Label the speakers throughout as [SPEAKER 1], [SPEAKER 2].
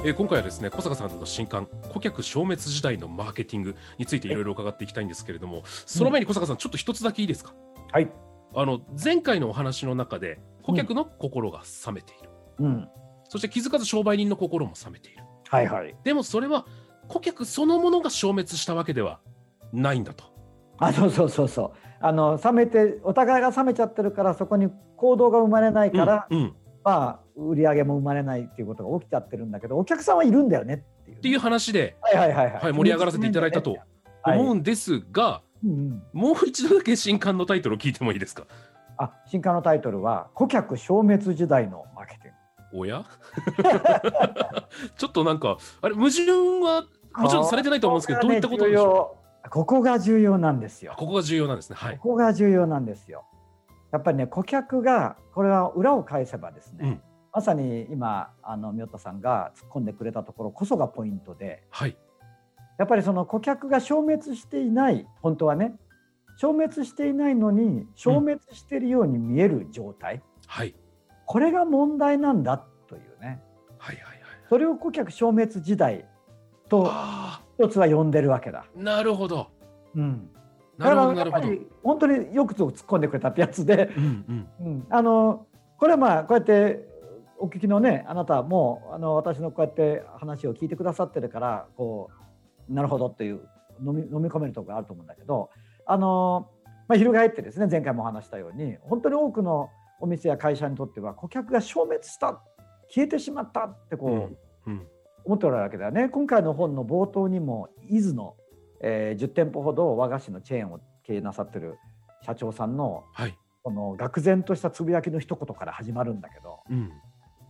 [SPEAKER 1] えー今回はですね小坂さんの新刊「顧客消滅時代のマーケティング」についていろいろ伺っていきたいんですけれどもその前に小坂さんちょっと一つだけいいですか
[SPEAKER 2] はい。
[SPEAKER 1] あの前回のお話の中で顧客の心が冷めている、
[SPEAKER 2] うん。
[SPEAKER 1] そして気づかず商売人の心も冷めている
[SPEAKER 2] はいはい。
[SPEAKER 1] でもそれは顧客そのものが消滅したわけではないんだと。
[SPEAKER 2] あ、そうそうそうそう。あの冷めてお互いが冷めちゃってるからそこに行動が生まれないから、
[SPEAKER 1] うんうんっ
[SPEAKER 2] まあ売り上げも生まれないっていうことが起きちゃってるんだけどお客さんはいるんだよねっていう。
[SPEAKER 1] ていう話で
[SPEAKER 2] はいはいはいはい。
[SPEAKER 1] はい盛り上がらせていただいたと
[SPEAKER 2] はい。
[SPEAKER 1] 思うんですが、
[SPEAKER 2] うんうん
[SPEAKER 1] もう一度だけ新刊のタイトルを聞いてもいいですか。
[SPEAKER 2] あ新刊のタイトルは「顧客消滅時代のマーケティング
[SPEAKER 1] おや ちょっとなんかあれ矛盾は」もちろんされてないと思うんですけどどういったことでしょ
[SPEAKER 2] ょうここが重要なんですよ
[SPEAKER 1] う。ここが重要なんですね。はい
[SPEAKER 2] こ。こが重要なんですよ。やっぱりね顧客がこれは裏を返せばですね、
[SPEAKER 1] うん
[SPEAKER 2] まさに今あの宮田さんが突っ込んでくれたところこそがポイントで
[SPEAKER 1] はい。
[SPEAKER 2] やっぱりその顧客が消滅していない本当はね消滅していないのに消滅しているように見える状態、
[SPEAKER 1] はい。
[SPEAKER 2] これが問題なんだというね
[SPEAKER 1] はいはいはい。
[SPEAKER 2] それを顧客消滅時代と
[SPEAKER 1] あ
[SPEAKER 2] 一つは呼んでるわけ
[SPEAKER 1] あ、
[SPEAKER 2] だ。
[SPEAKER 1] なるほど。
[SPEAKER 2] うん、
[SPEAKER 1] なるほど、な
[SPEAKER 2] だからや
[SPEAKER 1] る
[SPEAKER 2] っぱ
[SPEAKER 1] ほど。うん
[SPEAKER 2] り本当によく突っ込んでくれたってやつで、
[SPEAKER 1] うん。
[SPEAKER 2] うん、あのこれはまあこうやってお聞きのねあなたはもうあの私のこうやって話を聞いてくださってるからこうなるほどっていう飲み飲み込めるところがあると思うんだけどあの、まあ、翻ってですね前回もお話したように本当に多くのお店や会社にとっては顧客が消滅した消えてしまったってこう、
[SPEAKER 1] うんうん。
[SPEAKER 2] 思っておられるわけだよね今回の本の冒頭にも伊豆の、えー10店舗ほど和菓子のチェーンを経営なさってる社長さんの
[SPEAKER 1] はい。
[SPEAKER 2] この愕然としたつぶやきの一言から始まるんだけど
[SPEAKER 1] うん。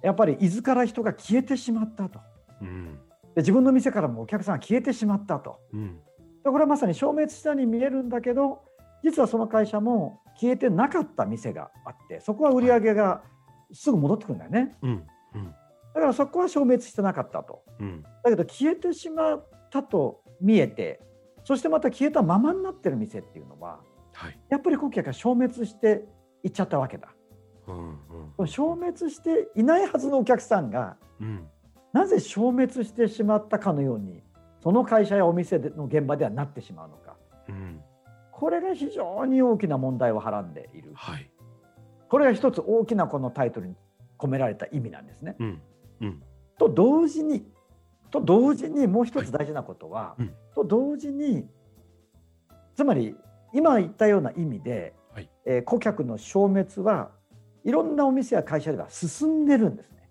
[SPEAKER 2] やっぱり伊豆から人が消えてしまったと
[SPEAKER 1] うん。
[SPEAKER 2] で自分の店からもお客さんが消えてしまったと
[SPEAKER 1] うん。
[SPEAKER 2] でこれはまさに消滅したように見えるんだけど実はその会社も消えてなかった店があってそこは売り上げがすぐ戻ってくるんだよね
[SPEAKER 1] うん。うん。
[SPEAKER 2] だからそこは消滅してなかったと。
[SPEAKER 1] うん。
[SPEAKER 2] だけど消えてしまったと見えてそしてまた消えたままになってる店っていうのは
[SPEAKER 1] はい。
[SPEAKER 2] やっぱり顧客が消滅していっちゃったわけだ
[SPEAKER 1] うん。うん。
[SPEAKER 2] 消滅していないはずのお客さんが
[SPEAKER 1] うん。
[SPEAKER 2] なぜ消滅してしまったかのようにその会社やお店の現場ではなってしまうのか
[SPEAKER 1] うん。
[SPEAKER 2] これが非常に大きな問題をはらんでいる
[SPEAKER 1] はい。
[SPEAKER 2] これが一つ大きなこのタイトルに込められた意味なんですね。
[SPEAKER 1] うん。うん。
[SPEAKER 2] と同時にと同時にもう一つ大事なことは、
[SPEAKER 1] はいうん
[SPEAKER 2] と同時につまり今言ったような意味で、
[SPEAKER 1] はい
[SPEAKER 2] えー顧客の消滅はいろんなお店や会社では進んでるんですね。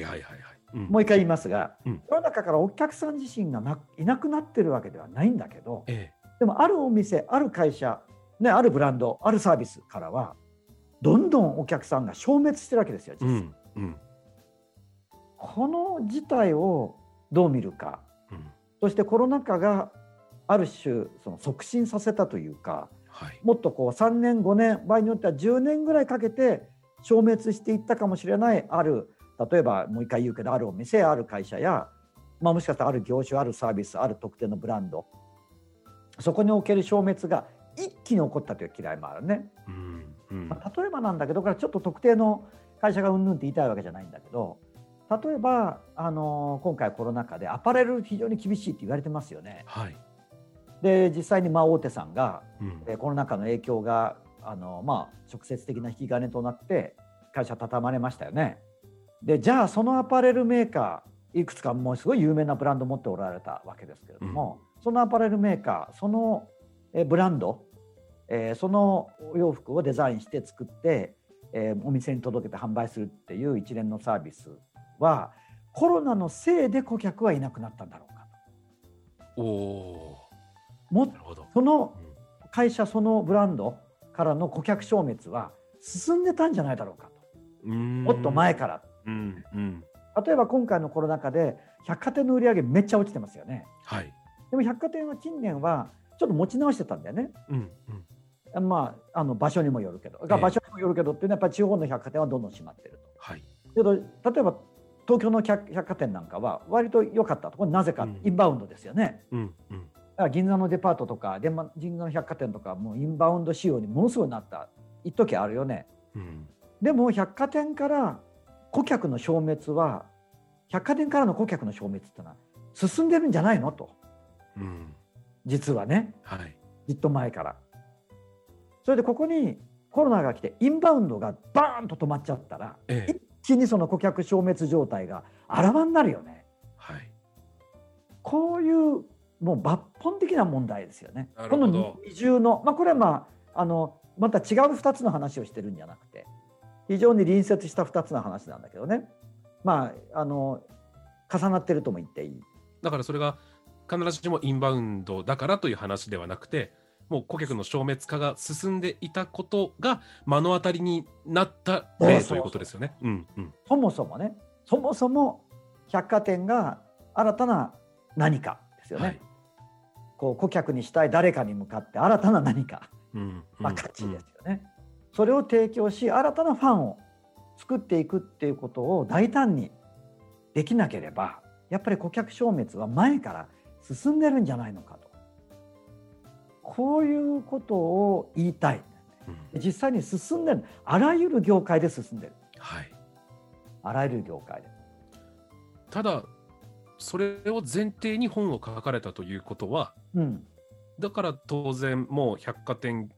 [SPEAKER 1] いはいはいはい。うん
[SPEAKER 2] もう一回言いますが、
[SPEAKER 1] うん
[SPEAKER 2] 世の中からお客さん自身がないなくなってるわけではないんだけど
[SPEAKER 1] え
[SPEAKER 2] でもあるお店ある会社、ね、あるブランドあるサービスからはどんどんお客さんが消滅してるわけですよ、
[SPEAKER 1] え。う
[SPEAKER 2] 実際
[SPEAKER 1] んうん
[SPEAKER 2] この事態をどう見るか
[SPEAKER 1] うん。
[SPEAKER 2] そしてコロナ禍がある種その促進させたというか
[SPEAKER 1] はい。
[SPEAKER 2] もっとこう3年5年場合によっては10年ぐらいかけて消滅していったかもしれないある例えばもう一回言うけどあるお店ある会社や、まあ、もしかしたらある業種あるサービスある特定のブランドそこにおける消滅が一気に起こったという嫌いもあるね、
[SPEAKER 1] うんうん
[SPEAKER 2] まあ例えばなんだけどこれはちょっと特定の会社がうんぬんって言いたいわけじゃないんだけど例えば、あの今回コロナ禍でアパレル非常に厳しいって言われてますよね。
[SPEAKER 1] はい。
[SPEAKER 2] で実際にまあ大手さんが
[SPEAKER 1] うん
[SPEAKER 2] えーコロナ禍の影響があの、まあ、直接的な引き金となって会社畳まれましたよね。でじゃあそのアパレルメーカーいくつかもうすごい有名なブランド持っておられたわけですけれども、そのアパレルメーカーそのえーブランド、えーそのお洋服をデザインして作って、えーお店に届けて販売するっていう一連のサービスはコロナのせいで顧客はいなくなったんだろうか
[SPEAKER 1] おお
[SPEAKER 2] もっ
[SPEAKER 1] ー。なるほど。
[SPEAKER 2] その会社そのブランドからの顧客消滅は進んでたんじゃないだろうか
[SPEAKER 1] うん。
[SPEAKER 2] ともっと前から
[SPEAKER 1] うんうん。
[SPEAKER 2] 例えば今回のコロナ禍で百貨店の売り上げめっちゃ落ちてますよね
[SPEAKER 1] はい。
[SPEAKER 2] でも百貨店は近年はちょっと持ち直してたんだよね
[SPEAKER 1] うんうん。
[SPEAKER 2] まああの場所にもよるけど
[SPEAKER 1] ええ
[SPEAKER 2] が場所にもよるけどっていうのはやっぱり地方の百貨店はどんどん閉まってる
[SPEAKER 1] はい。
[SPEAKER 2] とけど例えば東京の百百貨店なんかは割と良かったとこれなぜか
[SPEAKER 1] うん
[SPEAKER 2] インバウンドですよね、
[SPEAKER 1] うんうん。
[SPEAKER 2] だから銀座のデパートとかでま銀座の百貨店とかもうインバウンド仕様にものすごいなった一時あるよね
[SPEAKER 1] うん。
[SPEAKER 2] でも百貨店から顧客の消滅は百貨店からの顧客の消滅ってのは進んでるんじゃないのと
[SPEAKER 1] うん。
[SPEAKER 2] 実はね
[SPEAKER 1] はい。
[SPEAKER 2] ずっと前から。それでここにコロナが来てインバウンドがバーンと止まっちゃったら
[SPEAKER 1] ええ。
[SPEAKER 2] 急にその顧客消滅状態があらわになるよね。
[SPEAKER 1] はい。
[SPEAKER 2] こういうもう抜本的な問題ですよね。
[SPEAKER 1] なる
[SPEAKER 2] こ
[SPEAKER 1] ほど
[SPEAKER 2] の二重の、まあ、これはまああのまた違う2つの話をしてるんじゃなくて非常に隣接した2つの話なんだけどね、まあ、あの重なってるとも言っていい。
[SPEAKER 1] だからそれが必ずしもインバウンドだからという話ではなくてもう顧客の消滅化が進んでいたことが目の当たりになった例ということですよね。うんうん
[SPEAKER 2] そもそもねそもそも百貨店が新たな何かですよね、
[SPEAKER 1] はい
[SPEAKER 2] こう顧客にしたい誰かに向かって新たな何か。
[SPEAKER 1] うん
[SPEAKER 2] まあ、価値ですよね、それを提供し新たなファンを作っていくっていうことを大胆にできなければやっぱり顧客消滅は前から進んでるんじゃないのかとこういうことを言いたい
[SPEAKER 1] うんうん
[SPEAKER 2] 実際に進んでるあらゆる業界で進んでる
[SPEAKER 1] はい、
[SPEAKER 2] あらゆる業界で
[SPEAKER 1] ただそれを前提に本を書かれたということは
[SPEAKER 2] うん
[SPEAKER 1] だから当然もう百貨店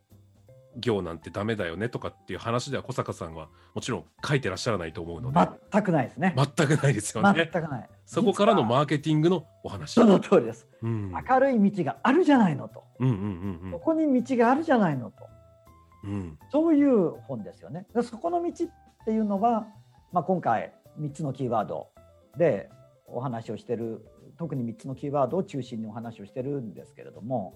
[SPEAKER 1] 業なんてダメだよねとかっていう話では小坂さんはもちろん書いてらっしゃらないと思うので、
[SPEAKER 2] 全くないですね
[SPEAKER 1] 全くないですよ
[SPEAKER 2] 全
[SPEAKER 1] ね
[SPEAKER 2] くない
[SPEAKER 1] そこからの
[SPEAKER 2] 実は
[SPEAKER 1] マーケティングのお話
[SPEAKER 2] その通りです
[SPEAKER 1] うん
[SPEAKER 2] 明るい道があるじゃないのと
[SPEAKER 1] うんうんうん
[SPEAKER 2] ここに道があるじゃないのと
[SPEAKER 1] うんうん
[SPEAKER 2] そういう本ですよね。でそこの道っていうのは、まあ、今回3つのキーワードでお話をしてる特に3つのキーワードを中心にお話をしてるんですけれども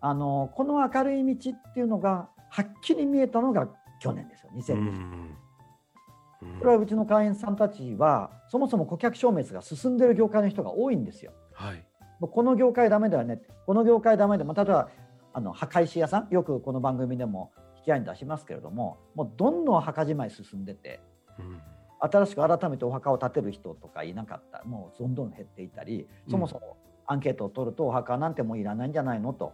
[SPEAKER 2] あのこの明るい道っていうのがはっきり見えたのが去年ですよ
[SPEAKER 1] う
[SPEAKER 2] 2020
[SPEAKER 1] ん
[SPEAKER 2] 年。
[SPEAKER 1] うん
[SPEAKER 2] これはうちの会員さんたちはそもそも顧客消滅が進んでる業界の人が多いんですよ。
[SPEAKER 1] はい
[SPEAKER 2] もうこの業界ダメだよねこの業界ダメだ、まあ、例えばあの墓石屋さんよくこの番組でも引き合いに出しますけれどももうどんどん墓じまい進んでて
[SPEAKER 1] うん
[SPEAKER 2] 新しく改めてお墓を建てる人とかいなかったもうどんどん減っていたりそもそもアンケートを取るとお墓なんてもういらないんじゃないのと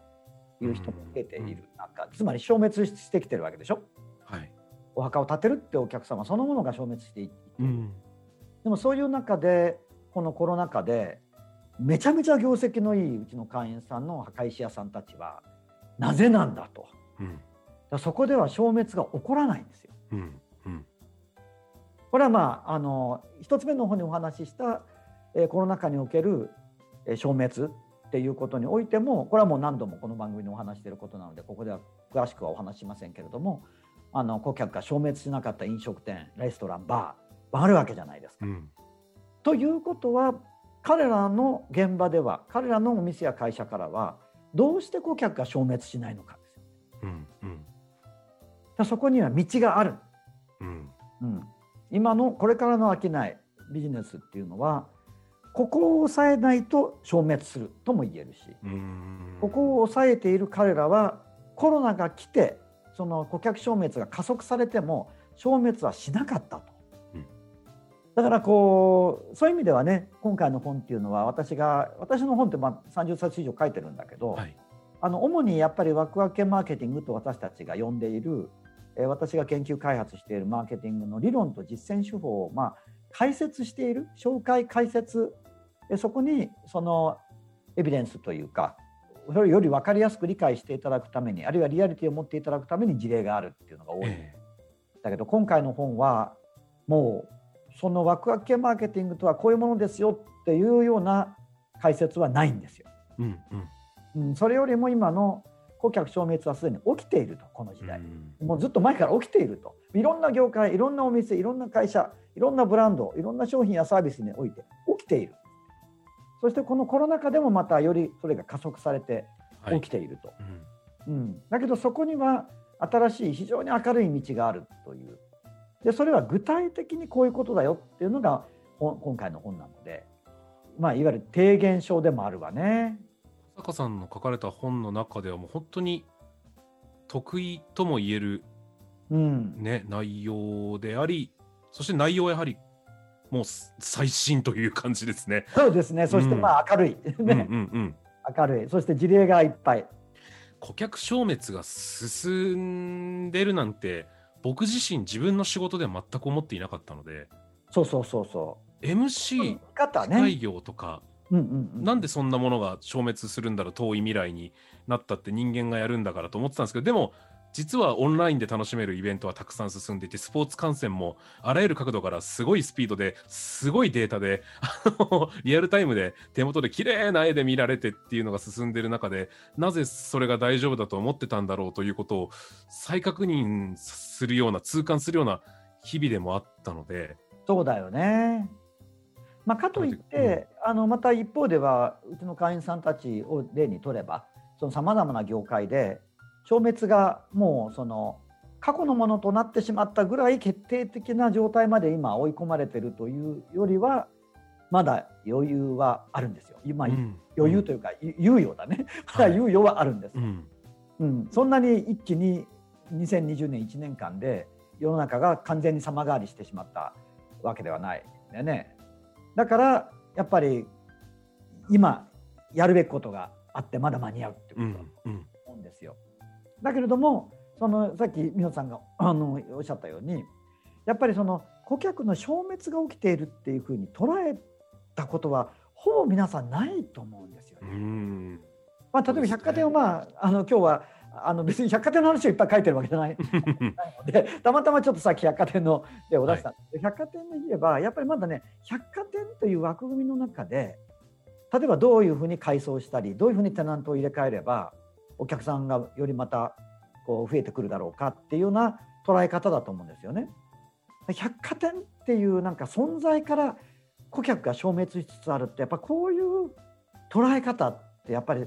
[SPEAKER 2] いう人も増えている中つまり消滅してきてるわけでしょ
[SPEAKER 1] はい
[SPEAKER 2] お墓を建てるってお客様そのものが消滅していっている
[SPEAKER 1] うん
[SPEAKER 2] でもそういう中でこのコロナ禍でめちゃめちゃ業績のいいうちの会員さんの墓石屋さんたちはなぜなんだとだか
[SPEAKER 1] うん
[SPEAKER 2] らそこでは消滅が起こらないんですよ。
[SPEAKER 1] うんうん
[SPEAKER 2] これはまああの一つ目の方にお話しした、えーコロナ禍における、えー消滅っていうことにおいてもこれはもう何度もこの番組でお話ししていることなのでここでは詳しくはお話ししませんけれどもあの顧客が消滅しなかった飲食店レストランバーはあるわけじゃないですか。
[SPEAKER 1] うん
[SPEAKER 2] ということは彼らの現場では彼らのお店や会社からはどうして顧客が消滅しないのかですよ
[SPEAKER 1] うんうん
[SPEAKER 2] だからそこには道がある、
[SPEAKER 1] うん
[SPEAKER 2] うん、今のこれからの商いビジネスっていうのはここを抑えないと消滅するとも言えるし
[SPEAKER 1] うん
[SPEAKER 2] ここを抑えている彼らはコロナが来てその顧客消滅が加速されても消滅はしなかったと
[SPEAKER 1] うん。
[SPEAKER 2] だからこうそういう意味ではね今回の本っていうのは私が私の本ってまあ30冊以上書いてるんだけど、
[SPEAKER 1] はい
[SPEAKER 2] あの主にやっぱりワクワク系マーケティングと私たちが呼んでいる、えー私が研究開発しているマーケティングの理論と実践手法を、まあ、解説している紹介解説でそこにそのエビデンスというかそれをより分かりやすく理解していただくためにあるいはリアリティを持っていただくために事例があるっていうのが多いん
[SPEAKER 1] え
[SPEAKER 2] だけど今回の本はもうそのワクワク系マーケティングとはこういうものですよっていうような解説はないんですよ。
[SPEAKER 1] えうんうん
[SPEAKER 2] うん、それよりも今の顧客消滅はすでに起きているとこの時代
[SPEAKER 1] う、ん
[SPEAKER 2] もうずっと前から起きているといろんな業界いろんなお店いろんな会社いろんなブランドいろんな商品やサービスにおいて起きているそしてこのコロナ禍でもまたよりそれが加速されて
[SPEAKER 1] はい
[SPEAKER 2] 起きていると、
[SPEAKER 1] うん
[SPEAKER 2] うん、だけどそこには新しい非常に明るい道があるというでそれは具体的にこういうことだよっていうのが本今回の本なので、まあ、いわゆる提言書でもあるわね。
[SPEAKER 1] 小坂さんの書かれた本の中ではもう本当に得意とも言える
[SPEAKER 2] うん
[SPEAKER 1] ね内容でありそして内容はやはりもうす最新という感じですね。
[SPEAKER 2] そうですね。そして
[SPEAKER 1] うん
[SPEAKER 2] まあ明るい、
[SPEAKER 1] うん
[SPEAKER 2] ね、
[SPEAKER 1] うんうん
[SPEAKER 2] 明るい。そして事例がいっぱい。
[SPEAKER 1] 顧客消滅が進んでるなんて僕自身自分の仕事では全く思っていなかったので
[SPEAKER 2] そうそうそうそ
[SPEAKER 1] MC
[SPEAKER 2] う。方
[SPEAKER 1] 大
[SPEAKER 2] ね。
[SPEAKER 1] 業とか、
[SPEAKER 2] うんうんうん。
[SPEAKER 1] なんでそんなものが消滅するんだろう遠い未来になったって人間がやるんだからと思ってたんですけどでも実はオンラインで楽しめるイベントはたくさん進んでいてスポーツ観戦もあらゆる角度からすごいスピードですごいデータであのリアルタイムで手元で綺麗な絵で見られてっていうのが進んでる中でなぜそれが大丈夫だと思ってたんだろうということを再確認するような痛感するような日々でもあったので。
[SPEAKER 2] そうだよね。まあかといって、あのまた一方ではうちの会員さんたちを例にとれば、そのさまざまな業界で消滅がもうその過去のものとなってしまったぐらい決定的な状態まで今追い込まれてるというよりは、まだ余裕はあるんですよ。今、
[SPEAKER 1] うん
[SPEAKER 2] 余裕というか、猶予だね。
[SPEAKER 1] はい
[SPEAKER 2] 猶予はあるんです
[SPEAKER 1] う。ん
[SPEAKER 2] うん、そんなに一気に2020年1年間で世の中が完全に様変わりしてしまったわけではないんだよね。だからやっぱり今やるべきことがあってまだ間に合うってこ
[SPEAKER 1] う
[SPEAKER 2] と
[SPEAKER 1] ん
[SPEAKER 2] だと
[SPEAKER 1] うん
[SPEAKER 2] 思うんですよ。だけれどもそのさっき美穂さんがあのおっしゃったようにやっぱりその顧客の消滅が起きているっていうふうに捉えたことはほぼ皆さんないと思うんですよね。
[SPEAKER 1] うん
[SPEAKER 2] まあ、例
[SPEAKER 1] そ
[SPEAKER 2] え
[SPEAKER 1] う
[SPEAKER 2] ば
[SPEAKER 1] ですね
[SPEAKER 2] 百貨店を、まあ、あの今日はあの別に百貨店の話をいっぱい書いてるわけじ ゃないのでたまたまちょっとさっき百貨店のでお出したんですけど、百貨店で言えばやっぱりまだね百貨店という枠組みの中で例えばどういうふうに改装したりどういうふうにテナントを入れ替えればお客さんがよりまたこう増えてくるだろうかっていうような捉え方だと思うんですよね。百貨店っていうなんか存在から顧客が消滅しつつあるってやっぱこういう捉え方ってやっぱり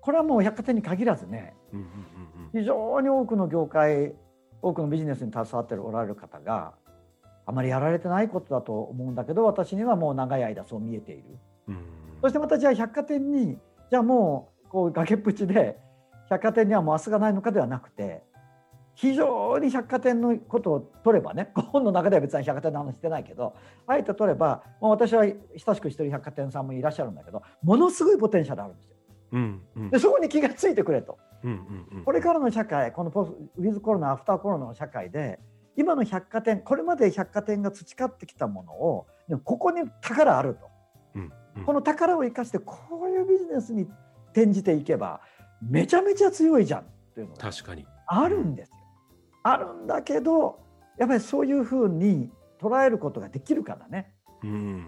[SPEAKER 2] これはもう百貨店に限らずね
[SPEAKER 1] うんうんうん
[SPEAKER 2] 非常に多くの業界多くのビジネスに携わっておられる方があまりやられてないことだと思うんだけど私にはもう長い間そう見えている
[SPEAKER 1] うん
[SPEAKER 2] そしてまたじゃあ百貨店にじゃあもうこう崖っぷちで百貨店にはもう明日がないのかではなくて非常に百貨店のことを取ればね 本の中では別に百貨店の話してないけどあえて取れば、まあ、私は親しくしてる百貨店さんもいらっしゃるんだけどものすごいポテンシャルあるんですよ。
[SPEAKER 1] うんうん
[SPEAKER 2] でそこに気がついてくれと
[SPEAKER 1] うんうんうん
[SPEAKER 2] これからの社会このポスウィズコロナアフターコロナの社会で今の百貨店これまで百貨店が培ってきたものをでもここに宝あると
[SPEAKER 1] うんうん
[SPEAKER 2] この宝を生かしてこういうビジネスに転じていけばめちゃめちゃ強いじゃんっていうのが
[SPEAKER 1] 確かに
[SPEAKER 2] あるんですよ。あるんだけどやっぱりそういうふうに捉えることができるからね。
[SPEAKER 1] うん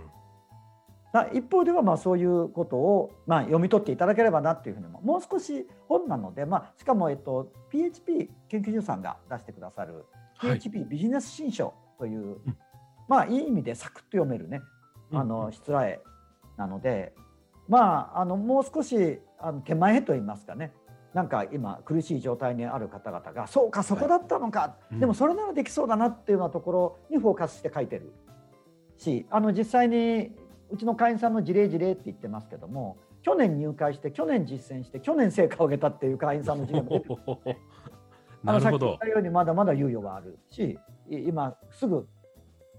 [SPEAKER 2] だ一方ではまあそういうことをまあ読み取っていただければなっていうふうにももう少し本なので、まあ、しかもえっと PHP 研究所さんが出してくださる
[SPEAKER 1] はい
[SPEAKER 2] PHP ビジネス新書という、
[SPEAKER 1] うん
[SPEAKER 2] まあいい意味でサクッと読めるねあの失礼なので、まああのもう少しあの手前と言いますかねなんか今苦しい状態にある方々がそうかそこだったのか、
[SPEAKER 1] うん
[SPEAKER 2] でもそれならできそうだなっていうようなところにフォーカスして書いてるしあの実際にうちの会員さんの事例事例って言ってますけども去年入会して去年実践して去年成果を上げたっていう会員さんの事例も 出てくる
[SPEAKER 1] ほほほほ
[SPEAKER 2] あ
[SPEAKER 1] な
[SPEAKER 2] の
[SPEAKER 1] る
[SPEAKER 2] さっ
[SPEAKER 1] ほ
[SPEAKER 2] き言っ
[SPEAKER 1] ど
[SPEAKER 2] た。ようにまだまだ猶予はあるしい今すぐ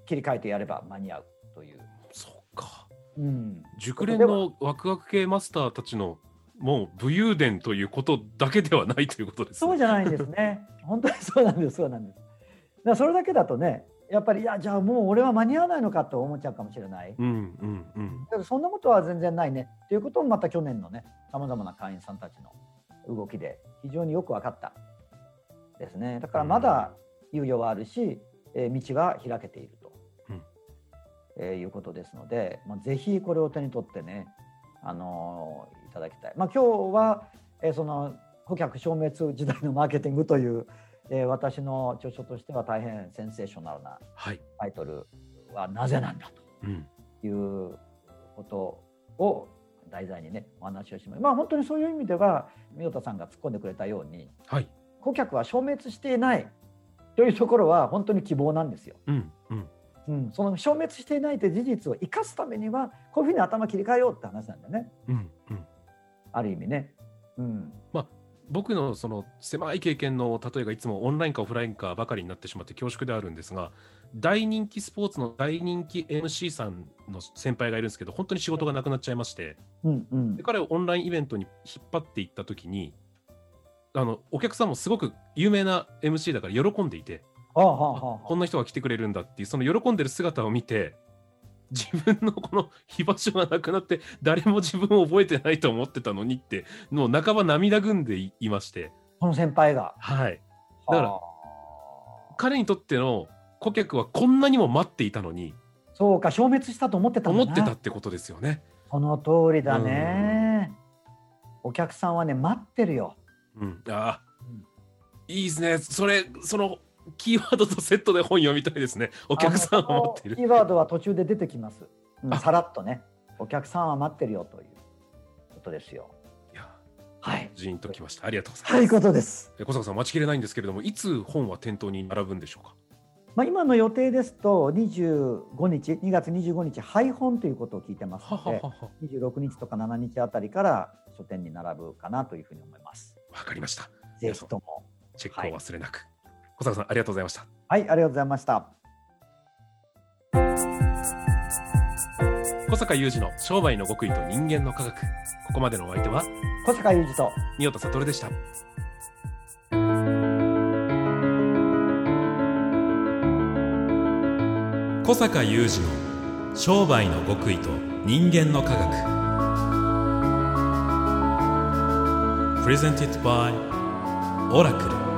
[SPEAKER 2] 切り替えてやれば間に合うという。
[SPEAKER 1] そっか。
[SPEAKER 2] うん
[SPEAKER 1] 熟練のワクワク系マスターたちのもう武勇伝ということだけではないということです、
[SPEAKER 2] そう
[SPEAKER 1] ね。
[SPEAKER 2] じゃないんです ね。本当にそうなんです。そうなんです。だからそれだけだとね、やっぱりいやじゃあもう俺は間に合わないのかと思っちゃうかもしれない。だ
[SPEAKER 1] うんうんうん。
[SPEAKER 2] けどそんなことは全然ないねっていうこともまた去年のね、さまざまな会員さんたちの動きで非常によく分かったですね。だからまだ猶予はあるし、えー道は開けていると、
[SPEAKER 1] うん
[SPEAKER 2] えーいうことですので、まあぜひこれを手に取ってね、あのーいただきたい。まあ今日は、えーその顧客消滅時代のマーケティングという、えー私の著書としては大変センセーショナルな
[SPEAKER 1] はい。
[SPEAKER 2] タイトルはなぜなんだ
[SPEAKER 1] うん。
[SPEAKER 2] ということを題材にねお話をします。まあ本当にそういう意味では三太さんが突っ込んでくれたように
[SPEAKER 1] はい。
[SPEAKER 2] 顧客は消滅していないというところは本当に希望なんですよ。
[SPEAKER 1] うんうん。
[SPEAKER 2] うん、その消滅していないという事実を生かすためにはこういうふうに頭切り替えようって話なんだよね
[SPEAKER 1] うんうん。
[SPEAKER 2] ある意味ね。うん、
[SPEAKER 1] 僕のその狭い経験の例えがいつもオンラインかオフラインかばかりになってしまって恐縮であるんですが大人気スポーツの大人気 MC さんの先輩がいるんですけど本当に仕事がなくなっちゃいまして
[SPEAKER 2] うんうん
[SPEAKER 1] で、彼をオンラインイベントに引っ張っていった時にあのお客さんもすごく有名な MC だから喜んでいて
[SPEAKER 2] ああはあ
[SPEAKER 1] あ
[SPEAKER 2] はあ
[SPEAKER 1] こんな人が来てくれるんだっていうその喜んでる姿を見て自分のこの居場所がなくなって誰も自分を覚えてないと思ってたのにってもう半ば涙ぐんでいいまして
[SPEAKER 2] この先輩が。
[SPEAKER 1] はい。だから
[SPEAKER 2] はあ
[SPEAKER 1] 彼にとっての顧客はこんなにも待っていたのに
[SPEAKER 2] そうか消滅したと思ってたんだ
[SPEAKER 1] 思
[SPEAKER 2] な
[SPEAKER 1] ってたってことですよね。
[SPEAKER 2] その通りだね。お客さんはね待ってるよ。
[SPEAKER 1] うん、ああ
[SPEAKER 2] うん
[SPEAKER 1] いいですねそれそのキーワードとセットで本読みたいですねお客さん
[SPEAKER 2] あの
[SPEAKER 1] を待ってい
[SPEAKER 2] キ
[SPEAKER 1] る。
[SPEAKER 2] ーワードは途中で出てきます。うん
[SPEAKER 1] あ
[SPEAKER 2] さらっとね。お客さんは待ってるよということですよ。
[SPEAKER 1] いや
[SPEAKER 2] はい。
[SPEAKER 1] ジーンときましたありがとうございます。
[SPEAKER 2] はい、ことです。
[SPEAKER 1] え小坂さん待ちきれないんですけれどもいつ本は店頭に並ぶんでしょうか
[SPEAKER 2] まあ今の予定ですと25日、2月25日配本ということを聞いてます
[SPEAKER 1] はは
[SPEAKER 2] の
[SPEAKER 1] はは
[SPEAKER 2] で、
[SPEAKER 1] は
[SPEAKER 2] 26日とか7日あたりから書店に並ぶかなというふうに思います。
[SPEAKER 1] わかりました
[SPEAKER 2] ぜひとも。
[SPEAKER 1] チェックを忘れなく、小坂さんありがとうございました。
[SPEAKER 2] はい、ありがとうございました。
[SPEAKER 1] 小坂雄二の商売の極意と人間の科学ここまでのお相手は
[SPEAKER 2] 小坂雄二と。
[SPEAKER 1] 三代田悟でした。
[SPEAKER 3] 小坂雄二の商売の極意と人間の科学 Presented by オラクル